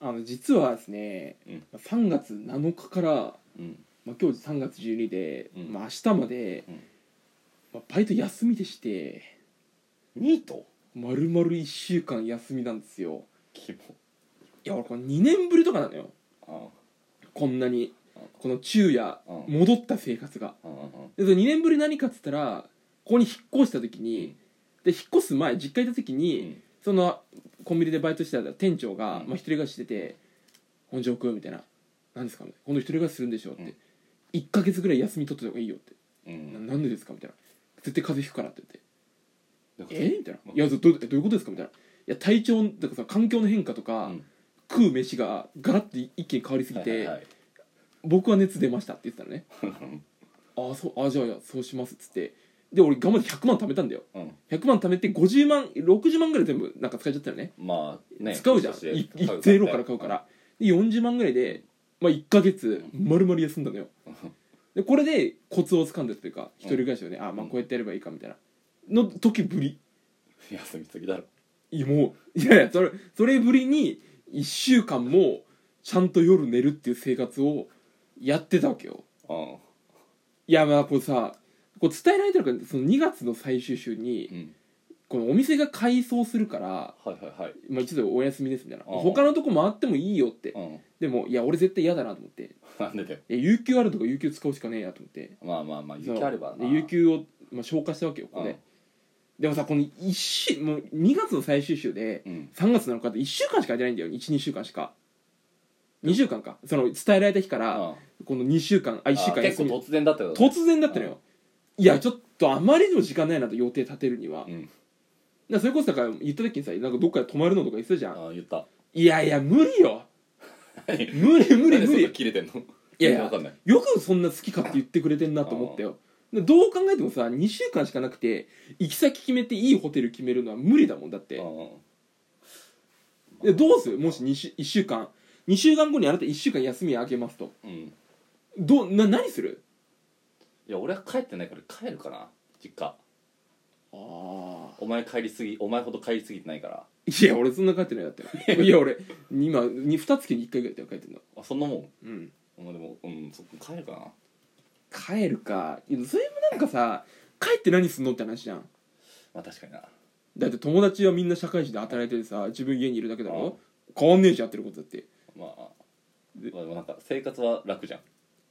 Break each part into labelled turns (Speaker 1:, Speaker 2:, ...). Speaker 1: あの実はですね、
Speaker 2: うん
Speaker 1: 3月7日から、
Speaker 2: うん
Speaker 1: まあ、今日3月12で、
Speaker 2: うん
Speaker 1: まあ、明日まで、
Speaker 2: うん
Speaker 1: まあ、バイト休みでして
Speaker 2: ニート
Speaker 1: 丸々1週間休みなんですよ
Speaker 2: キモ
Speaker 1: いや俺これ2年ぶりとかなのよ
Speaker 2: あ
Speaker 1: こんなに
Speaker 2: あ
Speaker 1: この昼夜
Speaker 2: うん
Speaker 1: 戻った生活が
Speaker 2: あああ
Speaker 1: でそれ2年ぶり何かっつったらここに引っ越した時に、で引っ越す前実家行った時
Speaker 2: う
Speaker 1: に、
Speaker 2: ん
Speaker 1: そのコンビニでバイトしてた店長が、
Speaker 2: うん
Speaker 1: まあ、一人暮らししてて「本庄君」みたいな「何ですか?」みたいな「今度一人暮らしするんでしょ」って、
Speaker 2: うん
Speaker 1: 1ヶ月ぐらい休み取ってた方がいいよ」って
Speaker 2: う
Speaker 1: 「なんなんでですか?」みたいな「絶対風邪ひくから」って
Speaker 2: だか
Speaker 1: 言
Speaker 2: ら
Speaker 1: って「えみたいな「
Speaker 2: まあ
Speaker 1: いやどどどういうことですか?」みたいな「いや体調だからさ環境の変化とか、
Speaker 2: うん
Speaker 1: 食う飯がガラッと一気に変わりすぎて、
Speaker 2: はいはいはい
Speaker 1: 僕は熱出ました」って言ってたのね「ああそうあじゃあそうします」っつってで俺頑張って100万貯めたんだよ
Speaker 2: うん
Speaker 1: 100万貯めて50万60万ぐらい全部なんか使っちゃったよね
Speaker 2: まあね
Speaker 1: 使うじゃん、
Speaker 2: そ
Speaker 1: い
Speaker 2: し
Speaker 1: い
Speaker 2: て買う
Speaker 1: ゼロから買うからで40万ぐらいで、まあ、1ヶ月
Speaker 2: う
Speaker 1: 丸々休んだのよ
Speaker 2: うん
Speaker 1: でこれでコツをつかんだというか一人暮らしをね、あまあ
Speaker 2: うん
Speaker 1: こうやってやればいいかみたいなの時ぶり
Speaker 2: 休みすぎだろ
Speaker 1: いやもういやいやそれそれぶりに1週間もちゃんと夜寝るっていう生活をやってたわけよ
Speaker 2: あ
Speaker 1: いやまあこれさこう伝えられてるからその2月の最終週に
Speaker 2: うん
Speaker 1: このお店が改装するから、
Speaker 2: はいはいはい
Speaker 1: まあ、一度お休みですみたいな
Speaker 2: うん
Speaker 1: 他のとこ回ってもいいよって
Speaker 2: うん
Speaker 1: でもいや俺絶対嫌だなと思って
Speaker 2: なんでだよ
Speaker 1: え有給あるとか有給使うしかねえやと思って
Speaker 2: まあまあまあ雪あれば
Speaker 1: そう
Speaker 2: な
Speaker 1: で有給を、まあ、消化したわけよここで、
Speaker 2: うん
Speaker 1: でもさこの1週もう2月の最終週で
Speaker 2: うん
Speaker 1: 3月7日って1週間しか空いてないんだよ12週間しか2週間かその伝えられた日から
Speaker 2: あ
Speaker 1: この2週間あ1週間
Speaker 2: 結
Speaker 1: 休
Speaker 2: 構
Speaker 1: み
Speaker 2: 突然だったよ
Speaker 1: 突然だったのよいやちょっとあまりにも時間ないなと予定立てるには、
Speaker 2: うん
Speaker 1: だからそれこそだから言った時にさなんかどっかで泊まるのとか言ってたじゃん、
Speaker 2: あ言った
Speaker 1: いやいや無理よ
Speaker 2: はい
Speaker 1: 無理無理無理
Speaker 2: 切れてんの
Speaker 1: いやいや
Speaker 2: わかんない
Speaker 1: よくそんな好きかって言ってくれてんなと思ったよでどう考えてもさ2週間しかなくて行き先決めていいホテル決めるのは無理だもんだってでどうするもし2週1週間2週間後にあなた1週間休みあげますと
Speaker 2: うんい
Speaker 1: どうな何する
Speaker 2: や俺は帰ってないから帰るかな実家
Speaker 1: ああ
Speaker 2: お前帰りすぎお前ほど帰りすぎてないから
Speaker 1: いや俺そんな帰ってないだって いや俺今に2月に1回ぐらいだよ帰ってんの
Speaker 2: あそんなもん
Speaker 1: うん
Speaker 2: まあでもうんそっか帰るかな
Speaker 1: 帰るかいやそれもなんかさ帰って何すんのって話じゃん
Speaker 2: まあ確かにな
Speaker 1: だって友達はみんな社会人で働いててさ自分家にいるだけだろ変わんねえじゃんやってることだって
Speaker 2: まあまあでもなんか生活は楽じゃん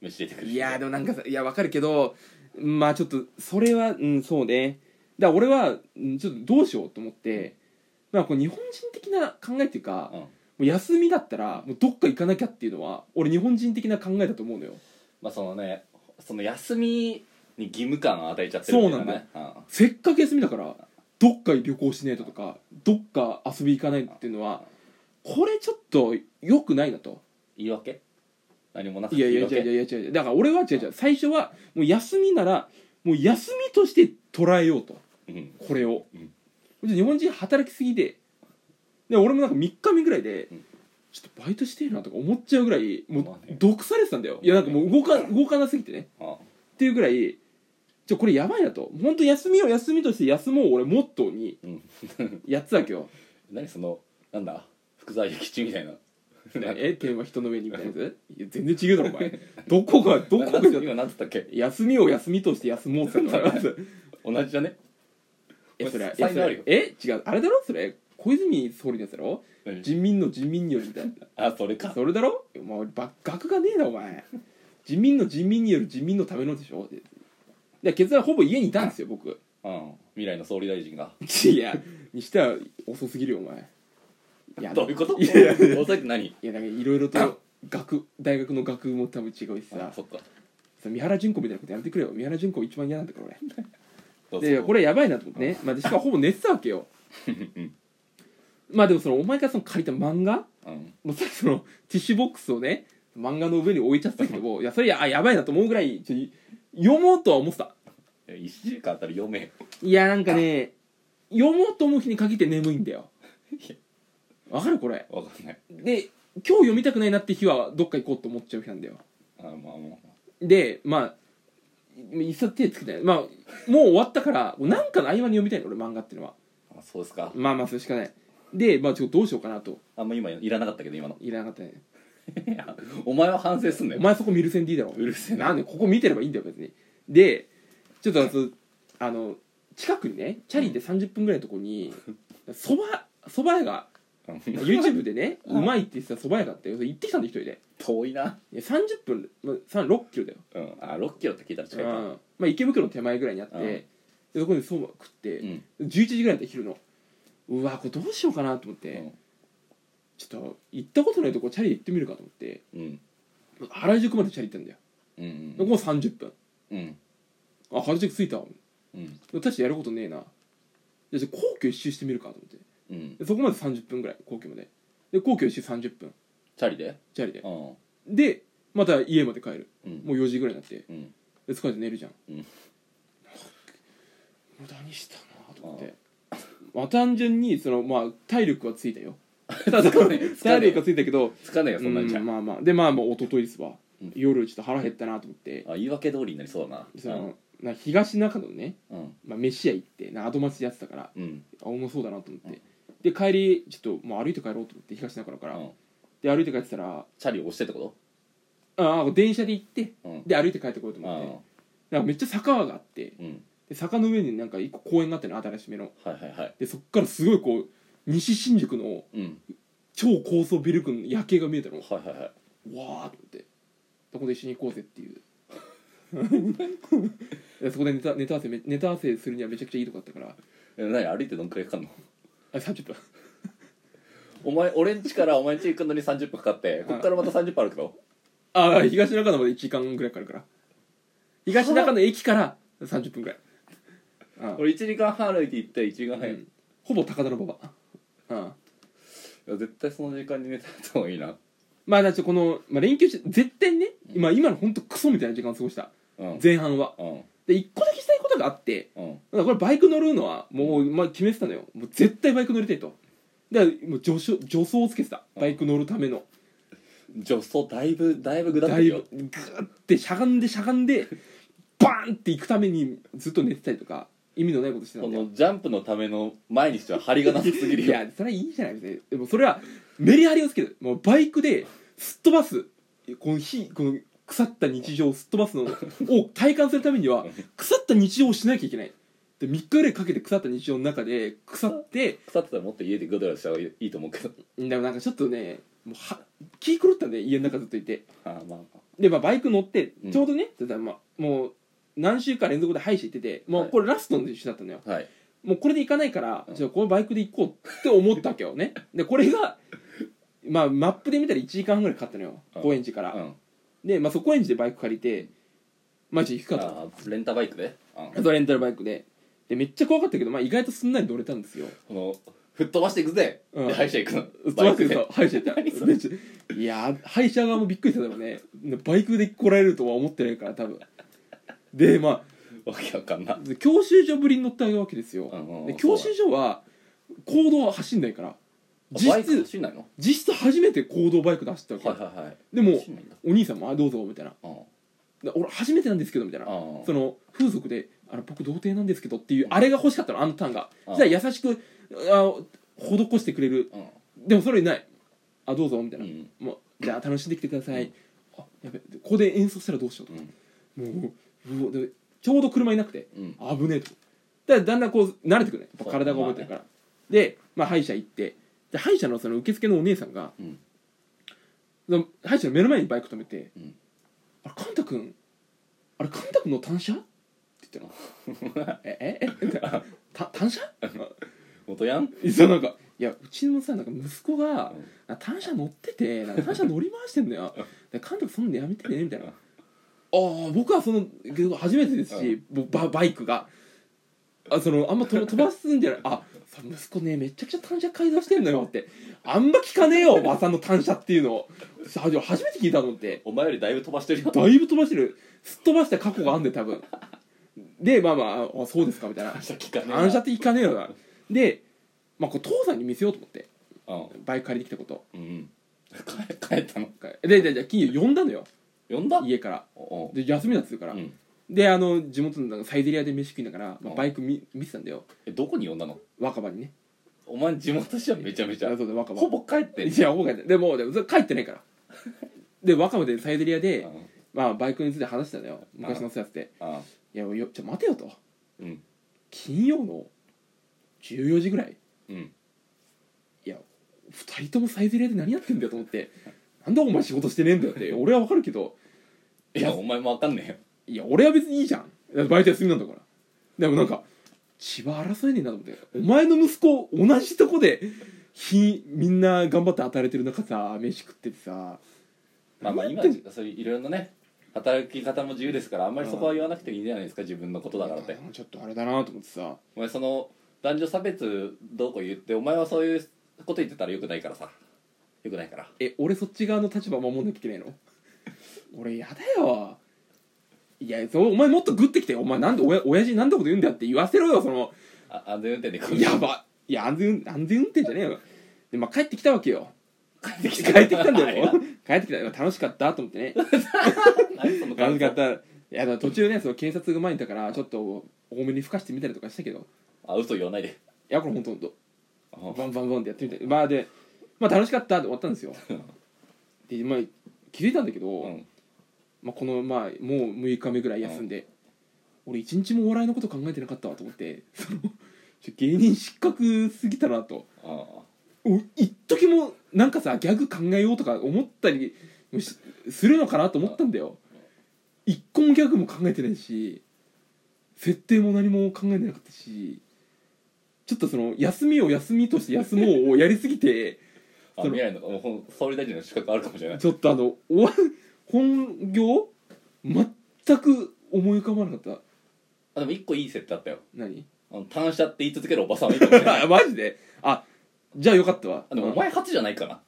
Speaker 2: 飯出てくるし
Speaker 1: いやーでもなんかさいやわかるけどまあちょっとそれはうんそうねだから俺はうんちょっとどうしようと思って、まあこう日本人的な考えっていうか、
Speaker 2: うん
Speaker 1: もう休みだったらもうどっか行かなきゃっていうのは俺日本人的な考えだと思うのよ
Speaker 2: まあそのねその休みに義務感を与えちゃってるっていかね
Speaker 1: せっかく休みだからどっか旅行しないととかどっか遊び行かないっていうのはこれちょっと良くないなと
Speaker 2: うん言い訳何もなく
Speaker 1: いやいやいやいやいや違う違うだから俺は違う違う最初はもう休みならもう休みとして捉えようと
Speaker 2: うん
Speaker 1: これを、
Speaker 2: うん
Speaker 1: 日本人働きすぎでで俺もなんか3日目ぐらいで、
Speaker 2: うん
Speaker 1: ちょっとバイトしてえなとか思っちゃうぐらいも
Speaker 2: まあ
Speaker 1: う
Speaker 2: ね
Speaker 1: 毒されてたんだよ、いやなんかもう動か動かなすぎてね
Speaker 2: あ
Speaker 1: っていうぐらいちょこれやばいなと本当休みを休みとして休もうを俺モットーに
Speaker 2: うん
Speaker 1: やってたわけよ
Speaker 2: 何そのなんだ福沢諭吉みたいな
Speaker 1: え天は人の上にみたいなやついや全然違うだろお前どこがど こ
Speaker 2: な
Speaker 1: が
Speaker 2: なんつ今なんつったっけ
Speaker 1: 休みを休みとして休もうって言った の
Speaker 2: 同じじゃね
Speaker 1: えそれ
Speaker 2: 才
Speaker 1: え
Speaker 2: 能
Speaker 1: そ
Speaker 2: ある
Speaker 1: れ
Speaker 2: よ
Speaker 1: え違うあれだろそれ小泉総理のやつだろ
Speaker 2: 何
Speaker 1: 人民の人民によるみたいな
Speaker 2: あそれか
Speaker 1: それだろお前ば学がねえなお前人民の人民による人民のためのでしょで決断ほぼ家にいたんですよ僕
Speaker 2: うん未来の総理大臣が
Speaker 1: いやにしては遅すぎるよお前いや
Speaker 2: どういうこと
Speaker 1: いやいやいや
Speaker 2: 抑えて何
Speaker 1: いやなんかいろいろと学大学の学部も多分違うし
Speaker 2: あ
Speaker 1: さ
Speaker 2: そっか
Speaker 1: さ三原純子みたいなことやめてくれよ三原純子一番嫌なんだから俺
Speaker 2: どうぞ
Speaker 1: でこれやばいなと思ってね、まあ、でしかもほぼ寝てたわけ よ
Speaker 2: うん
Speaker 1: まあでもそのお前がその借りた漫画
Speaker 2: うん
Speaker 1: もうさっきそのティッシュボックスをね漫画の上に置いちゃってたけどもいやそれやあやばいなと思うぐらいちょい読もうとは思ってた
Speaker 2: 1週間あったら読めよ
Speaker 1: いやなんかね読もうと思う日に限って眠いんだよ
Speaker 2: いや
Speaker 1: わかるこれ
Speaker 2: わかんない
Speaker 1: で今日読みたくないなって日はどっか行こうと思っちゃう日なんだよ
Speaker 2: あまあも
Speaker 1: でまあ一冊手つけてないまあもう終わったからもうなんかの合間に読みたいの俺漫画っていうのは
Speaker 2: うあそうですか
Speaker 1: まあまあそれしかないで、まあ、ちょっとどうしようかなと
Speaker 2: あんま今いらなかったけど今の
Speaker 1: いらなかったね
Speaker 2: お前は反省すんな
Speaker 1: お
Speaker 2: よ
Speaker 1: 前そこ見る線でいいだろ
Speaker 2: うるせえな
Speaker 1: なんでここ見てればいいんだよ別にでちょっとあのあの近くにねチャリで30分ぐらいのとこにそばそば屋が YouTube でね
Speaker 2: う
Speaker 1: うんまいって言ってたそば屋があって行ってきたんで一人で
Speaker 2: 遠いな、
Speaker 1: いや30分まあ3 6キロだよ、
Speaker 2: うん、あ6キロって聞いたら近いか
Speaker 1: うんまあ、池袋の手前ぐらいにあって、
Speaker 2: うん
Speaker 1: でそこでそば食って、
Speaker 2: うん
Speaker 1: 11時ぐらいだった昼のうわこれどうしようかなと思って、
Speaker 2: うん
Speaker 1: ちょっと行ったことないとこチャリで行ってみるかと思って
Speaker 2: うん
Speaker 1: 原宿までチャリ行ったんだよ、
Speaker 2: うん
Speaker 1: ここ30分
Speaker 2: うん
Speaker 1: あ原宿着いた
Speaker 2: うん
Speaker 1: 確かにやることねえなじゃあ皇居一周してみるかと思って
Speaker 2: うん
Speaker 1: でそこまで30分ぐらい皇居までで皇居一周30分
Speaker 2: チャリで
Speaker 1: チャリで
Speaker 2: うん
Speaker 1: でまた家まで帰る
Speaker 2: うん
Speaker 1: もう4時ぐらいになって
Speaker 2: うん
Speaker 1: で疲れて寝るじゃん、
Speaker 2: うん
Speaker 1: なんか無駄にしたなと思ってまあ単純にそのまあ体力はついた よただ
Speaker 2: 疲れ疲れ
Speaker 1: 体力はついたけど
Speaker 2: つかねえよそんなんじゃ、
Speaker 1: うんんまあまあでまあもう一昨日ですわ、
Speaker 2: うん
Speaker 1: 夜ちょっと腹減ったなと思って
Speaker 2: あ言い訳通りになりそうだな
Speaker 1: そのなんか東中野のね、
Speaker 2: うん
Speaker 1: まあ、飯屋行ってなアドマチでやってたから
Speaker 2: うん
Speaker 1: あ重そうだなと思って、で帰りちょっともう歩いて帰ろうと思って東中野か
Speaker 2: う
Speaker 1: ら、
Speaker 2: ん
Speaker 1: で歩いて帰ってたら
Speaker 2: チャリ押してってこ
Speaker 1: ああ電車で行って
Speaker 2: とうん
Speaker 1: で歩いて帰ってこようと
Speaker 2: あ
Speaker 1: 思ってなんかめっちゃ坂があって
Speaker 2: ーうん
Speaker 1: で坂の上になんか一個公園があっての新しめの
Speaker 2: はいはいはい
Speaker 1: でそっからすごいこう西新宿の
Speaker 2: うん
Speaker 1: 超高層ビル群の夜景が見えたのわ
Speaker 2: はいはいはい
Speaker 1: ーっと思ってでここで一緒に行こうぜって いうでそこでネタネタ合わせめネタ合わせするにはめちゃくちゃいいとこだったから
Speaker 2: え何歩いてどんくらいかかんの
Speaker 1: あ30分
Speaker 2: お前俺ん家からお前ん家行くのに30分かかってこっからまた30分歩くの
Speaker 1: ああ東中野まで1時間ぐらいかかるから東中野駅から30分ぐらいああ
Speaker 2: 俺1時間半歩いて行って1時間半、
Speaker 1: うんほぼ高田馬場ああ
Speaker 2: いや絶対その時間に寝た方がいいな
Speaker 1: まあだってこの、まあ、連休して絶対にね、
Speaker 2: うん
Speaker 1: まあ、今の本当クソみたいな時間を過ごした
Speaker 2: うん
Speaker 1: 前半は
Speaker 2: うん
Speaker 1: で1個だけしたいことがあって
Speaker 2: うん
Speaker 1: だからこれバイク乗るのはもう、まあ、決めてたのよもう絶対バイク乗りたいとだからもう助走助走をつけてたバイク乗るための
Speaker 2: 助走だいぶだいぶぐだっ
Speaker 1: だ
Speaker 2: てる
Speaker 1: い
Speaker 2: よ
Speaker 1: ぶグーってしゃがんでしゃがんでバーンって行くためにずっと寝てたりとか意味のないことしてた
Speaker 2: こ
Speaker 1: んだよ
Speaker 2: のジャンプのための前にしては張りがなさすぎる
Speaker 1: い
Speaker 2: よ
Speaker 1: やそれはいいじゃないですねでもそれはメリハリをつけるもうバイクですっ飛ばすこの日この腐った日常をすっ飛ばすのを体感するためには腐った日常をしなきゃいけないで3日ぐらいかけて腐った日常の中で腐って
Speaker 2: 腐ってたらもっと家でグダグダした方がいいと思うけど
Speaker 1: でもなんかちょっとねもうは気狂ったんで家の中ずっといて
Speaker 2: あーまあまあ
Speaker 1: で、まあ、バイク乗って
Speaker 2: うん
Speaker 1: ちょうどね、ただまあ、もう何週間連続で歯医者行ってても
Speaker 2: は
Speaker 1: う
Speaker 2: い
Speaker 1: これラストの一緒だったのよ、
Speaker 2: はい
Speaker 1: もうこれで行かないから、
Speaker 2: うん
Speaker 1: じゃあこのバイクで行こうって思ったわけよ ねでこれが、まあ、マップで見たら1時間半ぐらいかかったのよ
Speaker 2: うん
Speaker 1: 高円寺から、
Speaker 2: うん
Speaker 1: で、まあ、そこ高円寺でバイク借りてまあじゃあ行くかと
Speaker 2: あーレンタバイクでうん
Speaker 1: あとレンタルバイクででめっちゃ怖かったけど、まあ、意外とすんなり乗れたんですよ
Speaker 2: この吹っ飛ばしていくぜ、
Speaker 1: うん
Speaker 2: で歯医者行くの
Speaker 1: バイクで
Speaker 2: で
Speaker 1: さ歯医者行っためっちゃいやー歯医者側もびっくりしただろうねバイクで来られるとは思ってないから多分でま
Speaker 2: わけわかんな
Speaker 1: あ教習所ぶりに乗ってあげるわけですよ、
Speaker 2: うんうん
Speaker 1: で教習所は公道は走んないから
Speaker 2: あバ
Speaker 1: 実
Speaker 2: イク
Speaker 1: 質
Speaker 2: 走んないの
Speaker 1: 実質初めて公道バイクで走ったわけ、
Speaker 2: はいはいはい
Speaker 1: でも
Speaker 2: 走んないんだ
Speaker 1: お兄さんも「あどうぞ」みたいな
Speaker 2: うん
Speaker 1: で「俺初めてなんですけど」みたいな
Speaker 2: あ
Speaker 1: その風俗で「あの僕童貞なんですけど」っていうあれが欲しかったのあのターンが
Speaker 2: あ
Speaker 1: じゃ優しくあ施してくれる
Speaker 2: あうん
Speaker 1: でもそれない「あどうぞ」みたいな、
Speaker 2: うん
Speaker 1: もう「じゃあ楽しんできてください」
Speaker 2: うん
Speaker 1: あやべでここで演奏したらどうしようと
Speaker 2: うん
Speaker 1: もううおでちょうど車いなくて
Speaker 2: うん
Speaker 1: 危ねえとだからだんだんこう慣れてくるねやっぱ体が覚えてるから、で、まあ、歯医者行ってで歯医者のその受付のお姉さんが
Speaker 2: うん
Speaker 1: でも歯医者の目の前にバイク止めて
Speaker 2: うん
Speaker 1: 「あれカンタ君あれカンタ君の単車?」って言ったの「えええた 単車?
Speaker 2: 元ヤン」
Speaker 1: そうなんか「いやうちのさなんか息子が
Speaker 2: うん
Speaker 1: なんか単車乗っててなんか単車乗り回してんだ よでカンタ君そんなのやめてね」みたいな
Speaker 2: うん
Speaker 1: 「ああ僕はそのけど初めてですし、ババイクが」あそのあんまと飛ばすんじゃないあそう息子ねめちゃくちゃ単車改造してんのよってあんま聞かねえよおばさんの単車っていうのをさ初めて聞いたと思って
Speaker 2: お前よりだいぶ飛ばしてるよ
Speaker 1: だいぶ飛ばしてるすっ飛ばした過去があんで多分でまあまああそうですかみたいな
Speaker 2: 反射効かねえな
Speaker 1: 反射っていかねえよなで、まあ、こう父さんに見せようと思って
Speaker 2: う
Speaker 1: バイク借りてきたこと
Speaker 2: んうん帰帰ったの
Speaker 1: ででで金曜呼んだのよ
Speaker 2: 呼んだ
Speaker 1: 家から
Speaker 2: おう
Speaker 1: で休みだっつうから、
Speaker 2: うん
Speaker 1: であの地元のなんかサイゼリアで飯食いながら、ま
Speaker 2: う
Speaker 1: あ、
Speaker 2: ん
Speaker 1: バイク見見てたんだよ
Speaker 2: えどこに呼んだの
Speaker 1: 若葉にね
Speaker 2: お前地元じゃんめちゃめちゃ
Speaker 1: あそうだ若葉
Speaker 2: ほぼ帰ってん
Speaker 1: いや覚えてないでもでもそれ帰ってない からで若葉でサイゼリアで、
Speaker 2: うん
Speaker 1: まあ、バイクについて話してたのよ昔のやつって
Speaker 2: あ
Speaker 1: 「いやよちょ待てよ」と
Speaker 2: うん
Speaker 1: 「金曜の14時ぐらい
Speaker 2: うん
Speaker 1: いや2人ともサイゼリアで何やってんだよ」と思って「なんでお前仕事してねえんだよ」って俺はわかるけど
Speaker 2: いやお前もわかんねえよ
Speaker 1: いや俺は別にいいじゃんだってバイト休みなんだからでもなんか血は争えねえなと思ってお前の息子同じとこでひみんな頑張って働いてる中さ飯食っててさ
Speaker 2: まあまあ今
Speaker 1: 何やって
Speaker 2: そういういろいろなね働き方も自由ですからあんまりそこは言わなくていいんじゃないですか自分のことだからって
Speaker 1: いやちょっとあれだなと思ってさ
Speaker 2: お前その男女差別どうこう言ってお前はそういうこと言ってたらよくないからさよくないから
Speaker 1: え俺そっち側の立場守んなきゃいけないの俺やだよいやそうお前もっとグッてきてよお前なんでおや親父なんてこと言うんだよって言わせろよその
Speaker 2: あ安全運転で来る
Speaker 1: やばいや安全安全運転じゃねえよで、まあ、帰ってきたわけよ
Speaker 2: 帰ってき
Speaker 1: 帰ってきたんだよ帰ってきた楽しかったと思 ってね
Speaker 2: 何その
Speaker 1: 楽
Speaker 2: 感
Speaker 1: しか っ
Speaker 2: 想
Speaker 1: たいやだから途中ねその警察が前にいたからちょっと多めにふかしてみたりとかしたけどい
Speaker 2: あ嘘言わないで
Speaker 1: やこれほんとほんと
Speaker 2: あ
Speaker 1: バンバンバンってやってみてまあでまあ楽しかったって終わったんですよでまあ気づいたんだけど、
Speaker 2: うん
Speaker 1: まあ、このまあもう6日目ぐらい休んで、俺一日もお笑いのこと考えてなかったわと思ってそのちょ芸人失格すぎたなと
Speaker 2: あ
Speaker 1: お一時もなんかさギャグ考えようとか思ったりもしするのかなと思ったんだよ一個もギャグも考えてないし設定も何も考えてなかったしちょっとその休みを休みとして休もうをやりすぎて
Speaker 2: あ
Speaker 1: その
Speaker 2: 未来のもうほん総理大臣の資格あるかも しれない
Speaker 1: ちょっとあのおわ本業全く思い浮かばなかった
Speaker 2: あでも一個いい設定あったよ
Speaker 1: 何
Speaker 2: あの単車って言い続けるおばさんはいいかもしれない
Speaker 1: あマジであじゃあよかったわ
Speaker 2: あでもお前初じゃないかな